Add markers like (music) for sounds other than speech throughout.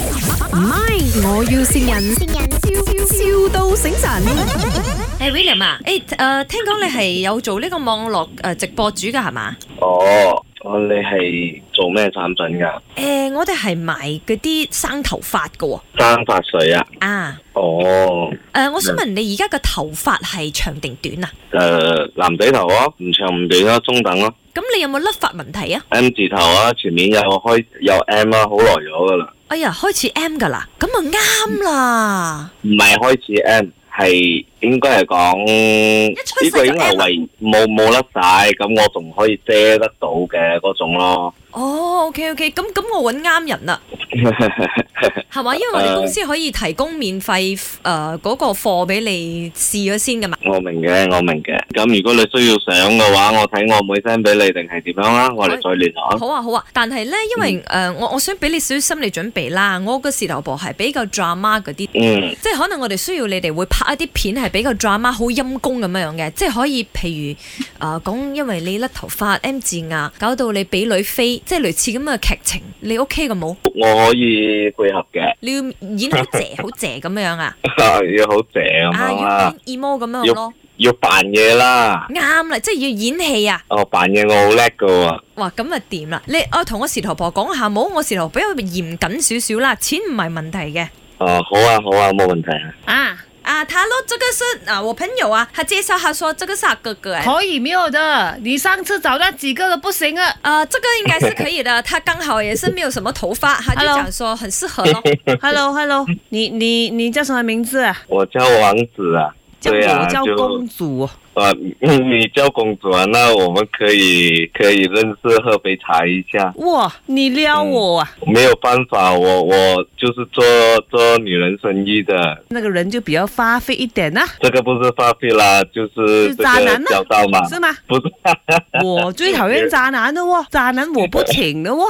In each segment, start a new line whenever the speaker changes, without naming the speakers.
唔係，我要善人，笑笑到醒神。
诶、w i l l i a m 啊，诶、诶，听讲你系有做呢个网络诶呃直播主噶系嘛？
哦，我你係做咩產品噶？
诶、我哋系賣嗰啲生頭髮噶、喎。
生髮水啊？
啊，嗯
哦，
诶、我想問你而家嘅頭髮係長定短啊？
诶、男仔頭啊，唔長唔短咯，中等咯、
咁你有冇甩髮問題啊？
M 字頭啊，前面有開有 M 啊啦、好耐咗噶啦，
哎呀，開始 M 噶啦，咁啊啱啦，
唔係開始 M，係應該係講
出世
呢個應該係為冇冇甩晒，咁我仲可以遮得到嘅嗰種咯。 (laughs)
哦，OK OK，咁咁我揾啱人啦，係嘛？因為我哋
誒
公司可以提供免費誒嗰個貨俾你試咗先噶嘛。
我明嘅，我明嘅。咁如果你需要相嘅話，我睇我妹 send 俾你定係點樣啦，我哋再聯絡啊。
好嗯啊好啊，但係咧，因為誒、呃我我想俾你少少心理準備啦，我個舌頭部係比較 drama 嗰啲。
嗯，
即係可能我哋需要你哋會拍一啲片係比較 drama 好陰公咁樣樣嘅，即係可以譬如誒講、因為你甩頭髮 M 字牙，搞到你俾女飛，即係類似咁嘅劇情，你 OK 嘅冇？
我可以配合嘅。 (laughs)
你要演好謝好謝咁樣 (laughs) 啊，
要好正
啊
咁樣
要
啦，
演 emo 咁樣咯，
要扮嘢啦。
啱啦，即係要演戲啊！
哦，扮嘢我好叻噶喎。
哇，咁啊掂啦！你我同我舌頭婆講下冇，我舌頭比較嚴謹少少啦，錢唔係問題嘅。
哦，好啊，好啊，冇問題啊。
啊，
啊，他咯，这个是啊，我朋友啊，他介紹下說这个是他哥哥哎。。
可以没有的，你上次找那几个的不行啊 (laughs)
呃，这个应该是可以的。他刚好也是没有什么头发，他就
Hello
讲说很适合 (laughs) 咯。
Hello Hello，你你你叫什么名字啊？
我叫王子啊，
叫
对啊
我叫
就
公主哦。
呃， (laughs) 你叫公主啊，那我們可以可以認識喝杯茶一下。
哇，你撩我啊！
沒有辦法，我我就是做做女人生意的，
那个人就比较发费一点啊，
這個不是发费啦，就是
是
這
渣男啊
個
嗎
小道嘛，
是吗？
不是？
我最讨厌渣男的哦，渣男我不请的哦。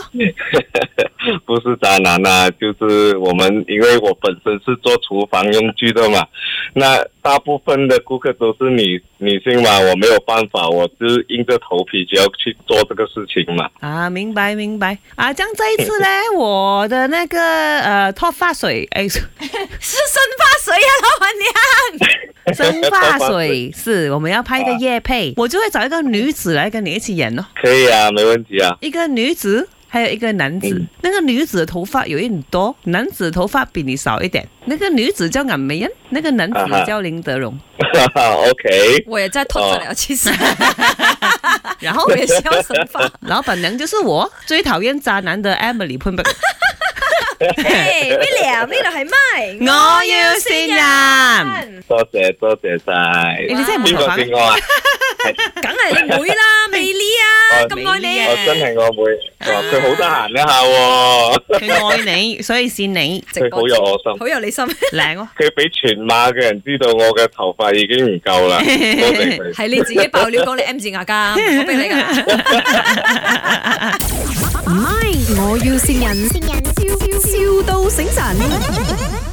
不是渣男啊，就是我们，因为我本身是做厨房用具的嘛，那大部分的顾客都是女女性嘛，我没有办法，我就是硬着头皮就要去做这个事情嘛。
啊，明白明白啊，这样这一次呢，我的那个呃脱发水，哎，
是生发水啊，老板娘。
生发水是我们要拍一个夜配，我就会找一个女子来跟你一起演哦，
可以啊，没问题啊。
一个女子。还有一个男子，
嗯
那个女子的头发有一点多，男子的头发比你少一点。那个女子叫俺梅恩，那个男
啊哈
子叫林德荣。
OK，
我也在脱发了，其 (laughs) 实
然后
我也需要生发。
老板娘就是我，最讨厌渣男的 Emily p u n b e
(laughs)
r
嘿 William 呢度系咪？
我要善人。
多谢多谢晒。
(laughs) 你真系
边
冇头
个
发
边
咩？
个啊？
梗系你妹啦，美丽啊，
哦
咁爱
美
我
你
麗。
真系我妹，哇佢好得闲一啊下喎，
佢愛你，所以善你
直
佢
播
好有我心，
好有你心，系
靚哦。
佢俾全馬嘅人知道我嘅頭髮已經唔
(laughs)
夠啦，多謝佢。
你自己爆料讲你 M 字牙噶，唔好俾你噶。
唔係，我要善人，笑笑到醒神。